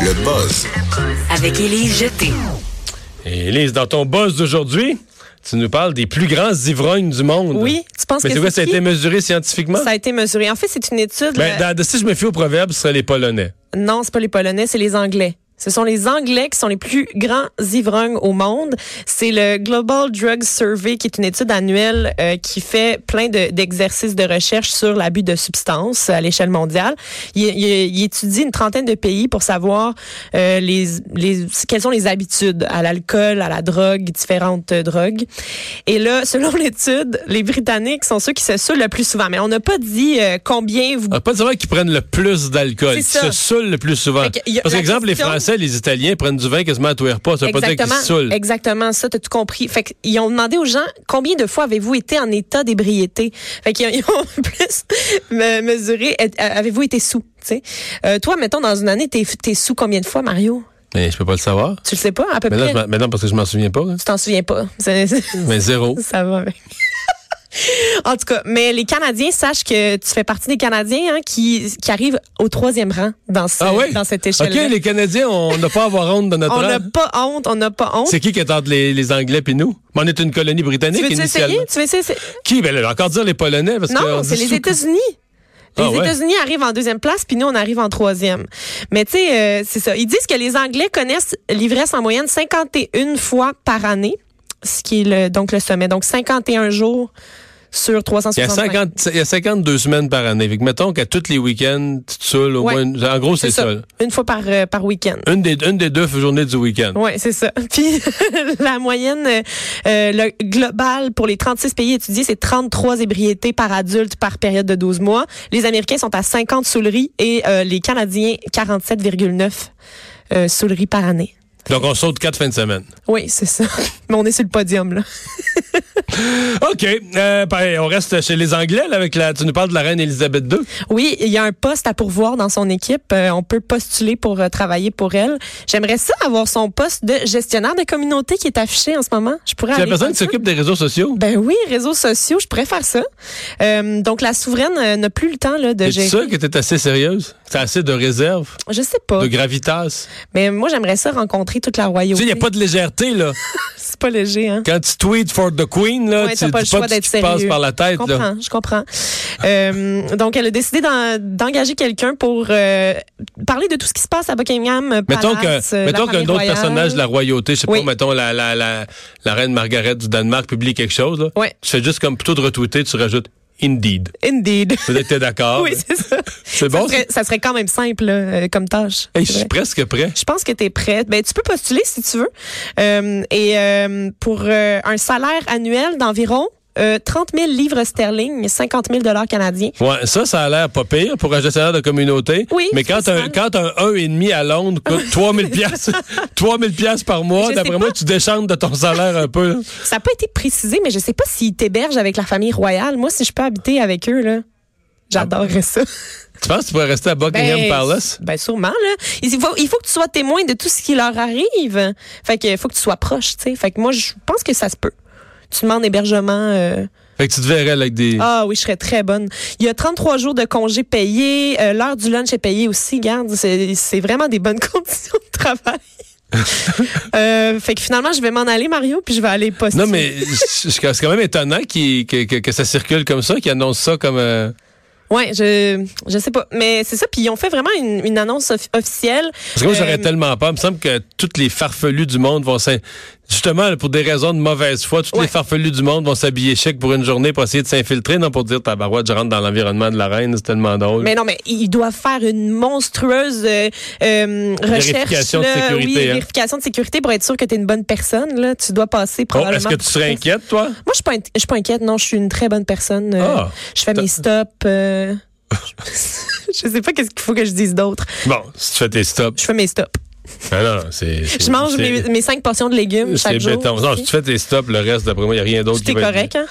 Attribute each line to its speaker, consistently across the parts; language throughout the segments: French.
Speaker 1: Le buzz
Speaker 2: Avec Élise Jeté.
Speaker 3: Et Elise, dans ton buzz d'aujourd'hui, tu nous parles des plus grands ivrognes du monde.
Speaker 4: Oui, tu penses
Speaker 3: Mais
Speaker 4: que
Speaker 3: c'est quoi,
Speaker 4: c'est
Speaker 3: ça a
Speaker 4: qui?
Speaker 3: été mesuré scientifiquement?
Speaker 4: Ça a été mesuré. En fait, c'est une étude.
Speaker 3: Ben, dans- si je me fie au proverbe, ce serait les Polonais.
Speaker 4: euh, Non, c'est pas les Polonais, c'est les Anglais. Ce sont les Anglais qui sont les plus grands ivrognes au monde. C'est le Global Drug Survey, qui est une étude annuelle euh, qui fait plein de- d'exercices de, recherche sur l'abus de substances à l'échelle mondiale. Il, il- il étudie une trentaine de pays pour savoir euh, les, les, quelles sont les habitudes à l'alcool, à la drogue, différentes euh, drogues. Et là, selon l'étude, les Britanniques sont ceux qui se saoulent le plus souvent. Mais on n'a pas dit euh, combien vous
Speaker 3: On peut pas savoir qu'ils prennent le plus d'alcool, qui
Speaker 4: C'est ça.
Speaker 3: se saoulent le plus souvent.
Speaker 4: Fait que y a-
Speaker 3: Par
Speaker 4: la
Speaker 3: exemple, les
Speaker 4: question-
Speaker 3: Français, les Italiens prennent du vin quasiment à tous les repas. Ça veut pas dire qu'ils se saoulent.
Speaker 4: Exactement, ça, t'as tout compris. Fait qu'ils ont demandé aux gens combien de fois avez-vous été en état d'ébriété. Fait qu'ils ont, ils ont plus me- mesuré, est- euh, avez-vous été sous, tu sais. Euh, toi, mettons, dans une année, t'es, t'es sous combien de fois, Mario?
Speaker 3: Mais je peux pas le savoir.
Speaker 4: Tu le sais pas, à peu
Speaker 3: Mais non,
Speaker 4: près?
Speaker 3: je m'en- mais non, parce que je m'en souviens pas. hein.
Speaker 4: Tu t'en souviens pas. C'est- c'est-
Speaker 3: Mais zéro.
Speaker 4: ça va avec. En tout cas, mais les Canadiens, sachent que tu fais partie des Canadiens hein, qui, qui arrivent au troisième rang dans, ce,
Speaker 3: Ah oui?
Speaker 4: dans cette
Speaker 3: OK,
Speaker 4: échelle
Speaker 3: les Canadiens, on n'a pas à avoir honte de notre
Speaker 4: On n'a
Speaker 3: rang.
Speaker 4: pas honte, on n'a pas honte.
Speaker 3: C'est qui qui est entre les, les Anglais puis nous? Mais on est une colonie
Speaker 4: Tu
Speaker 3: britannique
Speaker 4: veux-tu
Speaker 3: initialement.
Speaker 4: essayer? Tu veux essayer?
Speaker 3: Qui? Ben, là, encore dire les Polonais. Parce qu'on
Speaker 4: Non,
Speaker 3: dit
Speaker 4: c'est les
Speaker 3: sous-
Speaker 4: États-Unis. Les
Speaker 3: Ah ouais.
Speaker 4: États-Unis arrivent en deuxième place, puis nous, on arrive en troisième. Mais tu sais, euh, c'est ça. Ils disent que les Anglais connaissent l'ivresse en moyenne 51 fois par année, ce qui est le, donc le sommet. Donc 51 jours sur
Speaker 3: Il y, a
Speaker 4: 365.
Speaker 3: 50, il y a 52 semaines par année. Fait que mettons qu'à tous les week-ends, tu te saoules au
Speaker 4: Ouais.
Speaker 3: moins. une- En gros, c'est ça.
Speaker 4: Une fois par, euh, par week-end.
Speaker 3: Une des, une des deux journées du week-end.
Speaker 4: Oui, c'est ça. Puis la moyenne euh, euh, le globale pour les 36 pays étudiés, c'est 33 ébriétés par adulte par période de 12 mois. Les Américains sont à 50 souleries et euh, les Canadiens 47,9 euh, souleries par année.
Speaker 3: Donc, on saute quatre fins de semaine.
Speaker 4: Oui, c'est ça. Mais on est sur le podium, là.
Speaker 3: OK. Euh, ben, on reste chez les Anglais, là, avec la. Tu nous parles de la reine Elisabeth II.
Speaker 4: Oui, il y a un poste à pourvoir dans son équipe. Euh, on peut postuler pour euh, travailler pour elle. J'aimerais ça avoir son poste de gestionnaire de communauté qui est affiché en ce moment. Je pourrais
Speaker 3: C'est la
Speaker 4: aller
Speaker 3: personne qui
Speaker 4: prendre ça.
Speaker 3: s'occupe des réseaux sociaux.
Speaker 4: Ben oui, réseaux sociaux, je pourrais faire ça. Euh, donc la souveraine euh, n'a plus le temps là, de
Speaker 3: Es-tu
Speaker 4: gérer.
Speaker 3: sûr que t'es assez sérieuse? T'as assez de réserve,
Speaker 4: Je sais pas.
Speaker 3: de gravitas.
Speaker 4: Mais moi j'aimerais ça rencontrer toute la
Speaker 3: Tu
Speaker 4: royauté.
Speaker 3: sais, il n'y a pas de légèreté, là.
Speaker 4: C'est pas léger hein.
Speaker 3: Quand tu tweets for the queen, là,
Speaker 4: Ouais,
Speaker 3: tu
Speaker 4: t'as
Speaker 3: dis
Speaker 4: pas
Speaker 3: pas
Speaker 4: le choix
Speaker 3: tout ce
Speaker 4: d'être
Speaker 3: qui te
Speaker 4: sérieux.
Speaker 3: passe par la
Speaker 4: Je
Speaker 3: tête, là.
Speaker 4: comprends, je comprends. Euh, donc, elle a décidé d'en- d'engager quelqu'un pour euh, parler de tout ce qui se passe à Buckingham euh,
Speaker 3: Mettons
Speaker 4: Palace,
Speaker 3: que
Speaker 4: euh, la
Speaker 3: mettons qu'un
Speaker 4: famille
Speaker 3: autre
Speaker 4: royale.
Speaker 3: personnage de la royauté, je sais
Speaker 4: Oui.
Speaker 3: pas, mettons la, la, la, la reine Margaret du Danemark publie quelque chose, là.
Speaker 4: Ouais.
Speaker 3: tu fais juste comme plutôt de retweeter, tu rajoutes Indeed.
Speaker 4: Indeed.
Speaker 3: Peut-être que t'es d'accord.
Speaker 4: oui,
Speaker 3: mais-
Speaker 4: c'est ça.
Speaker 3: Ah, c'est
Speaker 4: ça,
Speaker 3: bon.
Speaker 4: serait, ça serait quand même simple là, euh, comme tâche.
Speaker 3: Hey,
Speaker 4: C'est
Speaker 3: je
Speaker 4: vrai.
Speaker 3: suis presque prêt.
Speaker 4: Je pense que tu es prête. Ben, tu peux postuler si tu veux. Euh, et euh, pour euh, un salaire annuel d'environ euh, 30 000 livres sterling, 50 000 dollars canadiens.
Speaker 3: Ouais, ça, ça a l'air pas pire pour un gestionnaire de communauté.
Speaker 4: Oui,
Speaker 3: mais
Speaker 4: c'est
Speaker 3: quand un,
Speaker 4: facile.
Speaker 3: quand un 1,5 à Londres coûte 3000 pièces, 3000 pièces par mois,
Speaker 4: Je
Speaker 3: d'après
Speaker 4: sais
Speaker 3: moi,
Speaker 4: pas.
Speaker 3: tu déchantes de ton salaire un peu. là.
Speaker 4: Ça n'a pas été précisé, mais je sais pas s'ils t'hébergent avec la famille royale. Moi, si je peux habiter avec eux, là. J'adorerais ça.
Speaker 3: Tu penses que tu pourrais rester à Buckingham Palace?
Speaker 4: Ben sûrement là. Il faut, il faut que tu sois témoin de tout ce qui leur arrive. Fait que faut que tu sois proche, tu sais. Fait que moi je pense que ça se peut. Tu demandes hébergement euh,
Speaker 3: Fait que tu te verrais là, avec des...
Speaker 4: Ah oui, je serais très bonne. Il y a 33 jours de congés payés. euh, L'heure du lunch est payée aussi. Garde, c'est c'est vraiment des bonnes conditions de travail. Euh, fait que finalement, je vais m'en aller, Mario, puis je vais aller poster.
Speaker 3: Non, mais c'est c'est quand même étonnant qu'il- que, que- que ça circule comme ça, qu'ils annoncent ça comme... euh,
Speaker 4: Ouais, je, je sais pas. Mais c'est ça. Puis ils ont fait vraiment une, une annonce of- officielle.
Speaker 3: Parce que moi, j'aurais
Speaker 4: Euh,
Speaker 3: tellement peur. Il me semble que toutes les farfelues du monde vont s'in- Justement, là, pour des raisons de mauvaise foi, toutes
Speaker 4: Ouais.
Speaker 3: les farfelues du monde vont s'habiller chic pour une journée pour essayer de s'infiltrer, non pour dire tabarouette, je rentre dans l'environnement de la reine, c'est tellement drôle. Oh,
Speaker 4: Mais non, mais ils doivent faire une monstrueuse euh, euh, recherche.
Speaker 3: Vérification de
Speaker 4: là,
Speaker 3: sécurité,
Speaker 4: oui,
Speaker 3: hein.
Speaker 4: vérification de sécurité pour être sûr que tu es une bonne personne. Là. Tu dois passer
Speaker 3: Oh,
Speaker 4: probablement.
Speaker 3: est-ce que tu serais
Speaker 4: pour-
Speaker 3: inquiète, toi?
Speaker 4: Moi, je suis pas, inqui- je suis pas inquiète. Non, je suis une très bonne personne. Euh,
Speaker 3: Ah.
Speaker 4: je fais mes stops. euh, je sais pas qu'est-ce qu'il faut que je dise d'autre.
Speaker 3: Bon, si tu fais tes stops.
Speaker 4: Je fais mes stops.
Speaker 3: Ah non, c'est. c'est-
Speaker 4: Je mange
Speaker 3: c'est-
Speaker 4: mes, mes cinq portions de légumes
Speaker 3: C'est
Speaker 4: chaque jour.
Speaker 3: béton. Non, si tu fais tes stops, le reste, d'après moi, il n'y a rien d'autre
Speaker 4: Tout
Speaker 3: qui
Speaker 4: est
Speaker 3: va
Speaker 4: correct,
Speaker 3: être.
Speaker 4: hein?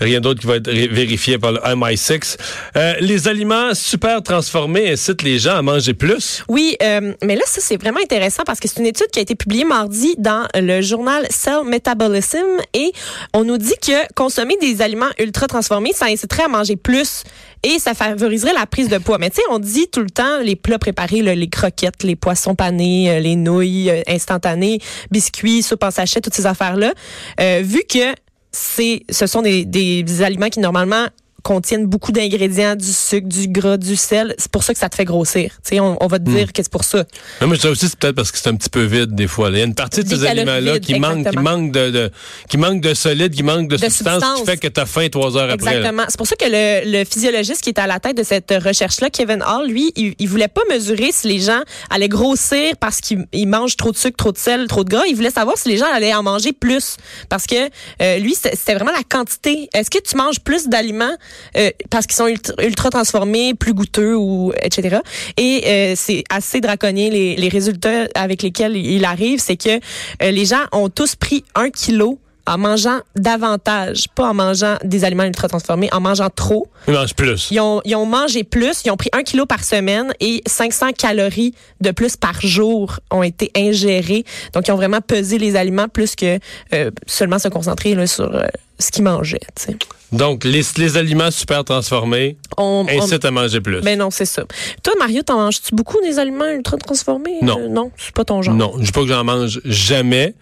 Speaker 3: Rien d'autre qui va être ré- vérifié par le MI6. Euh, les aliments super transformés incitent les gens à manger plus.
Speaker 4: Oui, euh, mais là, ça, c'est vraiment intéressant parce que c'est une étude qui a été publiée mardi dans le journal Cell Metabolism et on nous dit que consommer des aliments ultra transformés, ça inciterait à manger plus et ça favoriserait la prise de poids. Mais tu sais, on dit tout le temps les plats préparés, là, les croquettes, les poissons panés, euh, les nouilles euh, instantanées, biscuits, soupe en sachet, toutes ces affaires-là. Euh, vu que c'est, ce sont des, des aliments qui normalement contiennent beaucoup d'ingrédients, du sucre, du gras, du sel. C'est pour ça que ça te fait grossir. Tu sais, on, on va te dire que c'est pour ça.
Speaker 3: Non, mais je dirais aussi, c'est peut-être parce que c'est un petit peu vide des fois. là. Il y a une partie de
Speaker 4: Des
Speaker 3: ces
Speaker 4: calories
Speaker 3: aliments-là
Speaker 4: vides,
Speaker 3: qui manque, qui
Speaker 4: exactement.
Speaker 3: manque de, de- qui manque de solide, qui manque de, substance, qui
Speaker 4: substance.
Speaker 3: fait que t'as faim trois heures après. là.
Speaker 4: Exactement. C'est pour ça que le, le physiologiste qui est à la tête de cette recherche-là, Kevin Hall, lui, il, il voulait pas mesurer si les gens allaient grossir parce qu'ils ils mangent trop de sucre, trop de sel, trop de gras. Il voulait savoir si les gens allaient en manger plus. Parce que euh, lui, c'était c'était vraiment la quantité. Est-ce que tu manges plus d'aliments euh, parce qu'ils sont ultra, ultra transformés, plus goûteux ou etc. Et euh, c'est assez draconien les, les résultats avec lesquels il arrive, c'est que euh, les gens ont tous pris un kilo en mangeant davantage, pas en mangeant des aliments ultra transformés, en mangeant trop.
Speaker 3: Il mange plus.
Speaker 4: Ils ont, ils ont mangé plus, ils ont pris un kilo par semaine et 500 calories de plus par jour ont été ingérées. Donc, ils ont vraiment pesé les aliments plus que euh, seulement se concentrer là, sur euh, ce qu'ils mangeaient. tu sais.
Speaker 3: Donc, les, les aliments super transformés
Speaker 4: On, on-
Speaker 3: incitent à manger plus.
Speaker 4: Ben non, c'est ça. Toi, Mario, t'en manges-tu beaucoup des aliments ultra transformés?
Speaker 3: Non.
Speaker 4: Euh, non, c'est pas ton genre.
Speaker 3: Non, je dis pas que j'en mange jamais,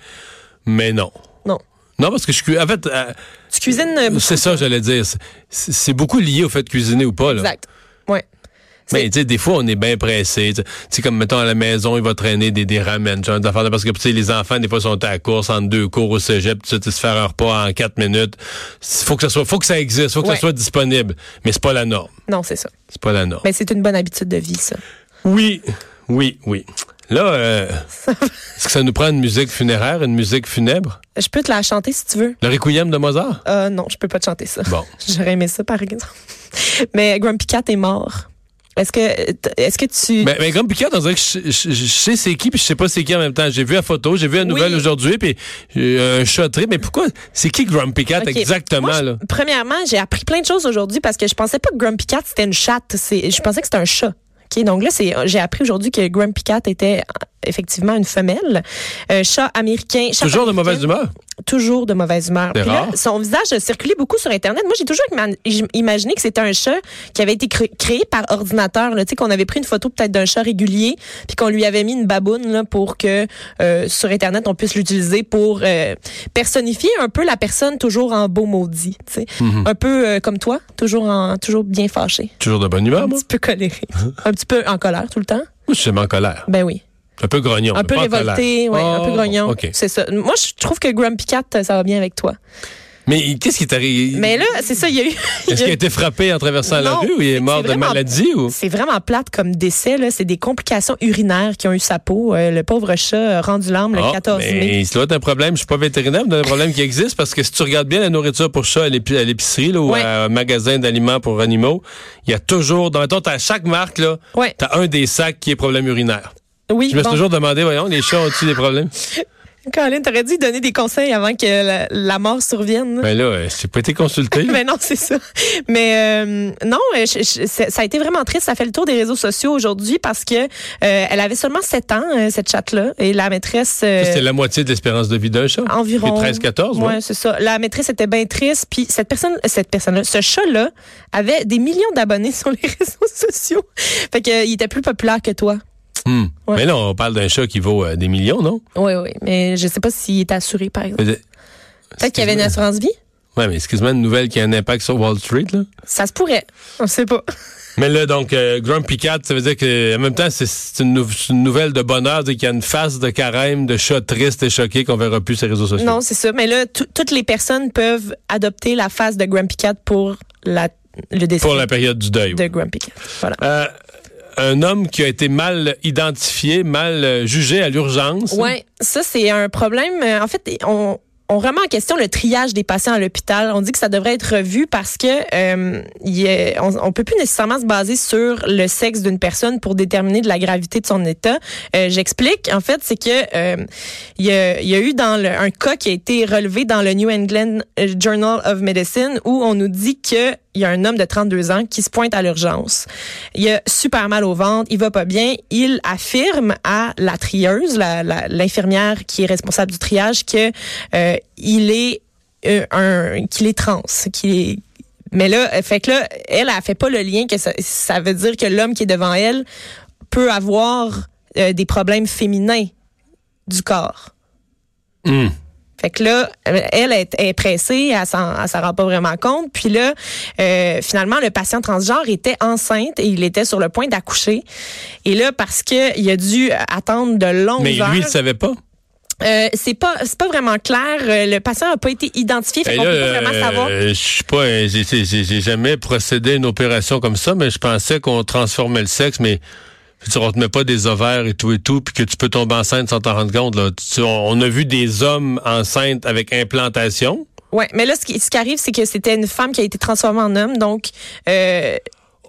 Speaker 3: mais non.
Speaker 4: Non.
Speaker 3: Non, parce que je cuisine. En fait, euh,
Speaker 4: Tu cuisines euh, beaucoup.
Speaker 3: c'est ça, j'allais dire. C'est- C'est c'est beaucoup lié au fait de cuisiner ou pas. Là.
Speaker 4: Exact. Ouais.
Speaker 3: Mais tu sais, des fois, on est bien pressé. Tu sais. Tu sais, comme mettons à la maison, il va traîner des, des ramen, genre d'affaires. Parce que tu sais, les enfants, des fois, sont à la course entre deux cours au cégep, tu sais, tu sais, se faire un repas en quatre minutes. C'est- Faut que ça soit, faut que ça existe, faut que
Speaker 4: Ouais.
Speaker 3: ça soit disponible. Mais c'est pas la norme.
Speaker 4: Non, c'est ça.
Speaker 3: C'est pas la norme.
Speaker 4: Mais c'est une bonne habitude de vie, ça.
Speaker 3: Oui, oui, oui. Là, euh, est-ce que ça nous prend une musique funéraire, une musique funèbre?
Speaker 4: Je peux te la chanter si tu veux.
Speaker 3: Le requiem de Mozart?
Speaker 4: Euh, non, je peux pas te chanter ça.
Speaker 3: Bon.
Speaker 4: J'aurais aimé ça, par exemple. Mais Grumpy Cat est mort. Est-ce que, est-ce que tu...
Speaker 3: Mais, mais Ben, comme Picard, on dirait que je, je- je sais c'est qui, puis je sais pas c'est qui en même temps. J'ai vu la photo, j'ai vu la nouvelle
Speaker 4: Oui.
Speaker 3: aujourd'hui, puis euh, un shot trip. Mais pourquoi? C'est qui Grumpy Cat
Speaker 4: Ok.
Speaker 3: exactement,
Speaker 4: Moi, je-
Speaker 3: là?
Speaker 4: Premièrement, j'ai appris plein de choses aujourd'hui parce que je pensais pas que Grumpy Cat c'était une chatte. C'est, je pensais que c'était un chat. Ok, donc là, c'est, j'ai appris aujourd'hui que Grumpy Cat était euh, effectivement une femelle, Euh, chat américain. chat
Speaker 3: Toujours de
Speaker 4: américain.
Speaker 3: mauvaise humeur?
Speaker 4: toujours de mauvaise humeur.
Speaker 3: C'est
Speaker 4: Puis là,
Speaker 3: rare.
Speaker 4: son visage circulait beaucoup sur Internet. Moi, j'ai toujours ima- im- imaginé que c'était un chat qui avait été cré- créé par ordinateur. là. Tu sais, qu'on avait pris une photo peut-être d'un chat régulier, puis qu'on lui avait mis une baboune là, pour que euh, sur Internet, on puisse l'utiliser pour euh, personnifier un peu la personne toujours en beau maudit. tu sais.
Speaker 3: Mm-hmm.
Speaker 4: Un peu euh, comme toi, toujours, en, toujours bien fâché.
Speaker 3: Toujours de bonne humeur,
Speaker 4: Un
Speaker 3: Ah, moi?
Speaker 4: petit peu coléré. un petit peu en colère tout le temps.
Speaker 3: Moi, je suis jamais en colère.
Speaker 4: Ben oui.
Speaker 3: Un peu grognon.
Speaker 4: Un
Speaker 3: mais
Speaker 4: peu
Speaker 3: pas en
Speaker 4: révolté,
Speaker 3: colère.
Speaker 4: ouais, un peu
Speaker 3: Oh,
Speaker 4: grognon.
Speaker 3: OK.
Speaker 4: C'est ça. Moi, je trouve que Grumpy Cat, ça va bien avec toi.
Speaker 3: Mais qu'est-ce qui est arrivé?
Speaker 4: Mais là, c'est ça, il y a eu. il
Speaker 3: Est-ce
Speaker 4: y a
Speaker 3: qu'il a été frappé en traversant la
Speaker 4: Non,
Speaker 3: rue ou il
Speaker 4: c'est
Speaker 3: est
Speaker 4: que
Speaker 3: mort
Speaker 4: c'est
Speaker 3: de
Speaker 4: vraiment-
Speaker 3: maladie ou?
Speaker 4: C'est vraiment plate comme décès. là. C'est des complications urinaires qui ont eu sa peau. Euh, le pauvre chat a rendu l'âme le
Speaker 3: Ah,
Speaker 4: 14 mai.
Speaker 3: mais c'est doit être un problème. Je suis pas vétérinaire, mais c'est un problème qui existe parce que si tu regardes bien la nourriture pour chat à l'épi- à l'épicerie là, ou
Speaker 4: Ouais.
Speaker 3: à un magasin d'aliments pour animaux, il y a toujours, dans mettons, t'as à chaque marque là,
Speaker 4: Ouais.
Speaker 3: t'as un des sacs qui est problème urinaire.
Speaker 4: Oui,
Speaker 3: Je me suis
Speaker 4: bon.
Speaker 3: toujours demandé, voyons, les chats ont-ils des problèmes
Speaker 4: Colin, t'aurais dû donner des conseils avant que la, la mort survienne.
Speaker 3: Ben là, euh, j'ai pas été consulté.
Speaker 4: Mais non, c'est ça. Mais euh, non, euh, je- je- c'est- ça a été vraiment triste. Ça fait le tour des réseaux sociaux aujourd'hui parce que euh, elle avait seulement 7 ans, euh, cette chatte-là. Et la maîtresse... euh,
Speaker 3: C'est la moitié de l'espérance de vie d'un chat.
Speaker 4: environ.
Speaker 3: Puis 13-14,
Speaker 4: Ouais,
Speaker 3: ouais.
Speaker 4: c'est ça. La maîtresse était bien triste. Puis cette personne, cette personne-là, ce chat-là, avait des millions d'abonnés sur les réseaux sociaux. Fait que euh, il était plus populaire que toi.
Speaker 3: Hmm.
Speaker 4: Ouais.
Speaker 3: Mais là, on parle d'un chat qui vaut euh, des millions, non
Speaker 4: Oui, oui. Mais je sais pas s'il est assuré, par exemple.
Speaker 3: Peut-être
Speaker 4: Peut-être qu'il y avait une assurance vie.
Speaker 3: Ouais, mais excuse-moi, une nouvelle qui a un impact sur Wall Street, là.
Speaker 4: Ça se pourrait. On sait pas.
Speaker 3: Mais là, donc, euh, Grumpy Cat, ça veut dire que en même temps, c'est- c'est une, nou- c'est une nouvelle de bonheur, c'est qu'il y a une face de carême, de chat triste et choqué qu'on verra plus sur les réseaux sociaux.
Speaker 4: Non, c'est ça. Mais là, tout- toutes les personnes peuvent adopter la face de Grumpy Cat pour la, le décès
Speaker 3: Pour la période du deuil.
Speaker 4: de Grumpy Cat. Voilà.
Speaker 3: Euh, un homme qui a été mal identifié, mal euh, jugé à l'urgence.
Speaker 4: Ouais, ça c'est un problème. Euh, En fait, on on remet en question le triage des patients à l'hôpital. On dit que ça devrait être revu parce que euh, il y a- on, on peut plus nécessairement se baser sur le sexe d'une personne pour déterminer de la gravité de son état. Euh, J'explique. En fait, c'est que euh, il y, a, il y a eu dans le- un cas qui a été relevé dans le New England euh, Journal of Medicine où on nous dit que il y a un homme de 32 ans qui se pointe à l'urgence. Il a super mal au ventre, il va pas bien. Il affirme à la trieuse, la- la- l'infirmière qui est responsable du triage, que euh, il est euh, un qu'il est trans, qu'il est Mais là, euh, fait que là, elle, elle fait pas le lien que ça, ça veut dire que l'homme qui est devant elle peut avoir euh, des problèmes féminins du corps.
Speaker 3: Hmm.
Speaker 4: Fait que là, euh, elle est, est pressée, elle s'en elle s'en rend pas vraiment compte. Puis là, euh, finalement, le patient transgenre était enceinte et il était sur le point d'accoucher. Et là, parce que il a dû attendre de longues
Speaker 3: Mais
Speaker 4: heures,
Speaker 3: lui, il savait pas.
Speaker 4: euh, c'est pas c'est pas vraiment clair. Euh, Le patient n'a pas été identifié, fait
Speaker 3: Ben
Speaker 4: qu'on
Speaker 3: là,
Speaker 4: peut pas vraiment
Speaker 3: euh,
Speaker 4: savoir.
Speaker 3: Je suis pas, un- j'ai- j'ai j'ai jamais procédé à une opération comme ça, mais je pensais qu'on transformait le sexe, mais je veux dire, on te met pas des ovaires et tout et tout, puis que tu peux tomber enceinte sans t'en rendre compte. Là. Tu- on, on a vu des hommes enceintes avec implantation.
Speaker 4: Ouais, mais là, ce qui, ce qui arrive, c'est que c'était une femme qui a été transformée en homme, donc. euh,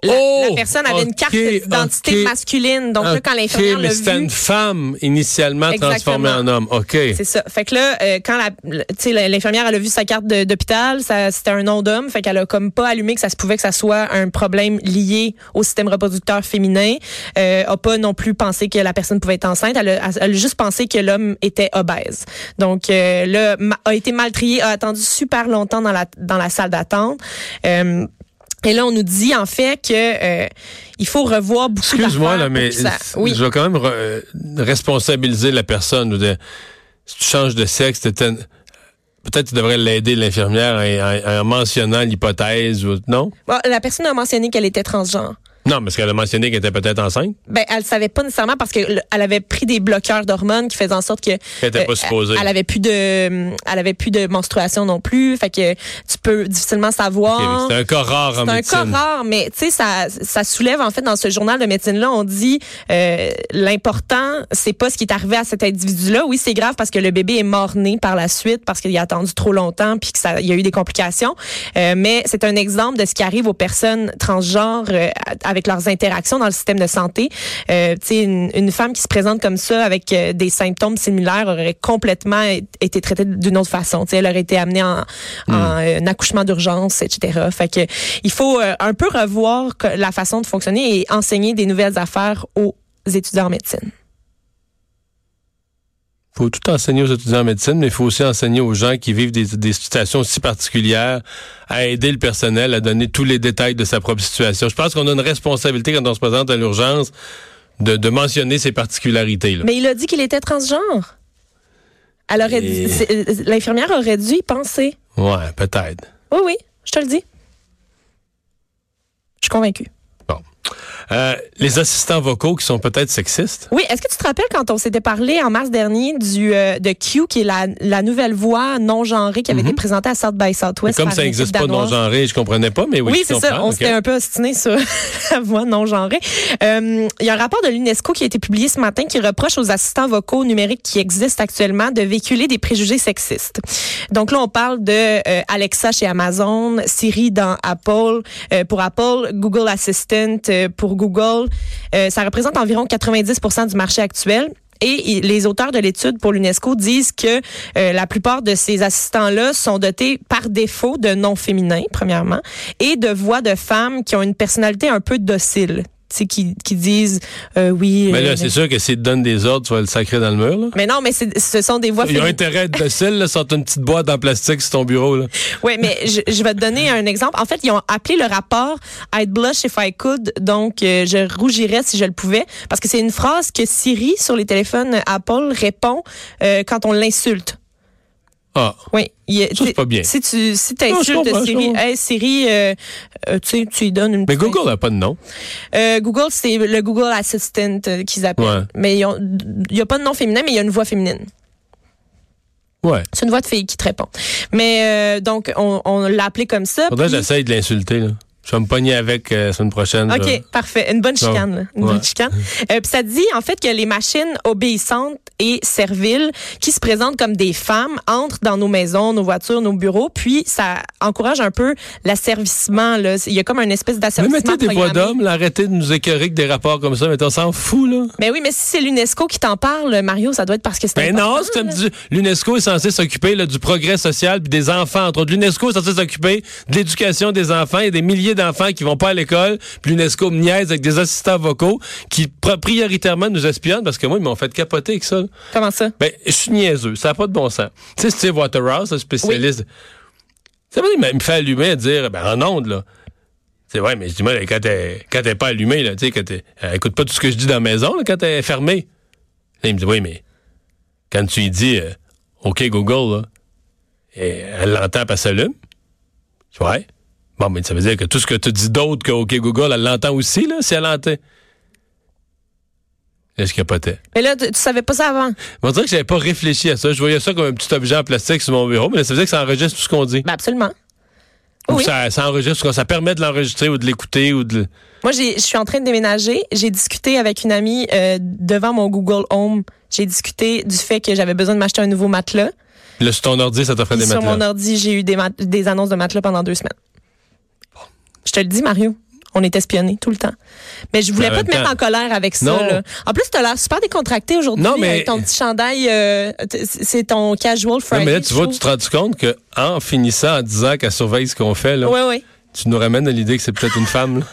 Speaker 4: la,
Speaker 3: Oh!
Speaker 4: la personne avait une carte
Speaker 3: Ok,
Speaker 4: d'identité
Speaker 3: ok.
Speaker 4: masculine. Donc, là, quand l'infirmière
Speaker 3: Ok,
Speaker 4: l'a
Speaker 3: mais c'était
Speaker 4: vu,
Speaker 3: une femme initialement transformée en
Speaker 4: Exactement.
Speaker 3: homme. OK.
Speaker 4: c'est ça. Fait que là, euh, quand la, le- tu sais, la- l'infirmière, elle a vu sa carte de- d'hôpital, ça, c'était un nom d'homme. Fait qu'elle a comme pas allumé que ça se pouvait que ça soit un problème lié au système reproducteur féminin. Euh, a pas non plus pensé que la personne pouvait être enceinte. Elle a, elle a juste pensé que l'homme était obèse. Donc, euh, là, ma- a été mal trié, a attendu super longtemps dans la, dans la salle d'attente. Euh, et là, on nous dit en fait que euh, il faut revoir beaucoup
Speaker 3: Excuse-moi,
Speaker 4: d'affaires
Speaker 3: là,
Speaker 4: pour
Speaker 3: mais
Speaker 4: que ça- oui.
Speaker 3: je vais quand même re- euh, responsabiliser la personne. Je veux dire, si tu changes de sexe, t'es un- peut-être tu devrais l'aider, l'infirmière, en, en- en mentionnant l'hypothèse. ou- Non?
Speaker 4: Bon, la personne a mentionné qu'elle était transgenre.
Speaker 3: Non, parce qu'elle a mentionné qu'elle était peut-être enceinte.
Speaker 4: Ben, elle savait pas nécessairement parce que le- elle avait pris des bloqueurs d'hormones qui faisaient en sorte que euh,
Speaker 3: Elle était pas supposée.
Speaker 4: elle avait plus de elle avait plus de menstruation non plus, fait que tu peux difficilement savoir.
Speaker 3: C'est un cas rare en
Speaker 4: Ah. C'est un
Speaker 3: médecine.
Speaker 4: cas rare, mais tu sais, ça, ça soulève en fait dans ce journal de médecine-là, on dit euh, l'important, c'est pas ce qui est arrivé à cet individu-là. Oui, c'est grave parce que le bébé est mort-né par la suite, parce qu'il a attendu trop longtemps, puis qu'il y a eu des complications. Euh, mais c'est un exemple de ce qui arrive aux personnes transgenres euh, avec leurs interactions dans le système de santé. Euh, tu sais, une, une femme qui se présente comme ça avec euh, des symptômes similaires aurait complètement é- été traitée d'une autre façon. Tu sais, elle aurait été amenée en, en, euh, un accouchement d'urgence, etc. Fait que il faut euh, un peu revoir que- la façon de fonctionner et enseigner des nouvelles affaires aux étudiants en médecine.
Speaker 3: faut tout enseigner aux étudiants en médecine, mais il faut aussi enseigner aux gens qui vivent des, des situations si particulières à aider le personnel à donner tous les détails de sa propre situation. Je pense qu'on a une responsabilité quand on se présente à l'urgence de, de mentionner ces particularités. Là.
Speaker 4: Mais il a dit qu'il était transgenre. Elle aurait
Speaker 3: Et-
Speaker 4: dit- c'est- euh, l'infirmière aurait dû y penser.
Speaker 3: Ouais, peut-être.
Speaker 4: Oui, oui, je te le dis. Je suis convaincue.
Speaker 3: Bon. Euh, les assistants vocaux qui sont peut-être sexistes.
Speaker 4: Oui, est-ce que tu te rappelles quand on s'était parlé en mars dernier du euh, de Q, qui est la, la nouvelle voix non genrée qui avait été présentée à South by Southwest
Speaker 3: Mhm. Comme
Speaker 4: par
Speaker 3: ça
Speaker 4: une
Speaker 3: n'existe
Speaker 4: équipe
Speaker 3: pas de
Speaker 4: danoise?
Speaker 3: non-genré, je comprenais pas, mais oui.
Speaker 4: Oui,
Speaker 3: je
Speaker 4: c'est ça.
Speaker 3: comprends,
Speaker 4: On
Speaker 3: ok.
Speaker 4: s'était un peu ostiné sur la voix non genrée. Euh, Il y a un rapport de l'UNESCO qui a été publié ce matin qui reproche aux assistants vocaux numériques qui existent actuellement de véhiculer des préjugés sexistes. Donc là, on parle de euh, Alexa chez Amazon, Siri dans Apple euh, pour Apple, Google Assistant euh, pour Google. Euh, ça représente environ 90% du marché actuel. Et i- les auteurs de l'étude pour l'UNESCO disent que euh, la plupart de ces assistants-là sont dotés par défaut de noms féminins, premièrement, et de voix de femmes qui ont une personnalité un peu docile, tu sais, qui, qui disent euh, oui.
Speaker 3: Mais
Speaker 4: euh,
Speaker 3: là, c'est sûr que s'ils te donnent des ordres, tu vas le sacrer dans le mur. Là.
Speaker 4: mais non, mais Ah, c'est- ce sont des voix
Speaker 3: Ils ont
Speaker 4: féminines.
Speaker 3: intérêt à être dociles, là, sortent une petite boîte en plastique sur ton bureau. Là.
Speaker 4: Oui, mais je, je vais te donner un exemple. En fait, ils ont appelé le rapport I'd blush if I could, donc euh, je rougirais si je le pouvais, parce que c'est une phrase que Siri sur les téléphones Apple répond euh, quand on l'insulte.
Speaker 3: Ah,
Speaker 4: Oui, il y a-
Speaker 3: Ça, c'est pas bien.
Speaker 4: Si tu si
Speaker 3: Non, je
Speaker 4: t'insultes
Speaker 3: comprends, je
Speaker 4: Siri,
Speaker 3: comprends.
Speaker 4: hey Siri, euh, euh, tu sais, tu lui donnes une
Speaker 3: mais
Speaker 4: petite-
Speaker 3: Google n'a pas de nom.
Speaker 4: Euh, Google, c'est le Google Assistant euh, qu'ils appellent.
Speaker 3: Ouais.
Speaker 4: Mais ils ont- il y a pas de nom féminin, mais il y a une voix féminine.
Speaker 3: Ouais.
Speaker 4: C'est une voix de fille qui te répond. Mais euh, donc on, on l'a appelé comme ça.
Speaker 3: Faudrait que
Speaker 4: puis-
Speaker 3: j'essaye de l'insulter. là. Je vais me pogner avec euh, la semaine prochaine. je vais-
Speaker 4: OK, parfait. Une bonne chicane.
Speaker 3: Non.
Speaker 4: là. Une
Speaker 3: Ouais.
Speaker 4: bonne chicane. Euh, puis ça dit, en fait, que les machines obéissantes et serviles qui se présentent comme des femmes entrent dans nos maisons, nos voitures, nos bureaux, puis ça encourage un peu l'asservissement. là. Il y a comme une espèce
Speaker 3: Mais
Speaker 4: d'asservissement
Speaker 3: mettez des voix
Speaker 4: programmé.
Speaker 3: d'hommes, là, arrêtez de nous écœurer avec des rapports comme ça. Mais on s'en fout, là.
Speaker 4: Mais oui, mais si c'est l'UNESCO qui t'en parle, Mario, ça doit être parce que c'est
Speaker 3: Ben
Speaker 4: important.
Speaker 3: non, c'est un petit- l'UNESCO est censé s'occuper là, du progrès social puis des enfants entre autres. L'UNESCO est censé s'occuper de l'éducation des enfants. Il y a des milliers d'enfants qui vont pas à l'école. Puis l'UNESCO me niaise avec des assistants vocaux qui pro- prioritairement nous espionnent parce que moi ils m'ont fait capoter avec ça. là.
Speaker 4: Comment ça?
Speaker 3: Ben je suis niaiseux, ça n'a pas de bon sens. Tu sais Steve Waterhouse, le spécialiste. Ça veut dire, mais elle me fait allumer à dire, ben, en ondes, là. C'est ouais, mais je dis, moi, quand elle, quand elle est pas allumée, là, tu sais, quand elle, elle écoute pas tout ce que je dis dans la maison, là, quand elle est fermée. Là, il me dit, oui, mais quand tu lui dis, euh, OK, Google, là, et elle l'entend pas s'allume. Je dis, Ouais. Bon, mais ça veut dire que tout ce que tu dis d'autre que OK, Google, elle l'entend aussi, là, si elle l'entend. Là, je capotais.
Speaker 4: Mais là, tu, tu savais pas ça avant.
Speaker 3: On dirait que j'avais pas réfléchi à ça. Je voyais ça comme un petit objet en plastique sur mon bureau, mais là, ça veut dire que ça enregistre tout ce qu'on dit.
Speaker 4: Ben absolument.
Speaker 3: Ou
Speaker 4: oui.
Speaker 3: ça, ça enregistre, ça permet de l'enregistrer ou de l'écouter ou de.
Speaker 4: Moi, j'ai- je suis en train de déménager. J'ai discuté avec une amie euh, devant mon Google Home. J'ai discuté du fait que j'avais besoin de m'acheter un nouveau matelas.
Speaker 3: Là, sur ton ordi, ça t'offre
Speaker 4: Puis
Speaker 3: des
Speaker 4: sur
Speaker 3: matelas.
Speaker 4: mon ordi, j'ai eu des, mat- des annonces de matelas pendant deux semaines. Je te le dis, Mario. On est espionnés tout le temps. Mais je voulais
Speaker 3: En
Speaker 4: pas
Speaker 3: même
Speaker 4: te mettre
Speaker 3: temps.
Speaker 4: en colère avec ça.
Speaker 3: Non.
Speaker 4: là. En plus, t'as l'air super décontracté aujourd'hui
Speaker 3: Non, mais-
Speaker 4: avec ton petit chandail. euh, t- c'est ton casual Friday.
Speaker 3: Non, mais là, tu vois,
Speaker 4: je
Speaker 3: tu te rends compte que en finissant en disant qu'elle surveille ce qu'on fait, là,
Speaker 4: trouve. Ouais, ouais.
Speaker 3: tu nous ramènes à l'idée que c'est peut-être une femme. là.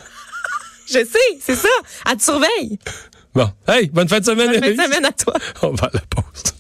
Speaker 4: Je sais, c'est ça. À te surveille.
Speaker 3: Bon. Hey, bonne fin de semaine,
Speaker 4: Bonne fin de
Speaker 3: Élise.
Speaker 4: semaine à toi.
Speaker 3: On va à la pause.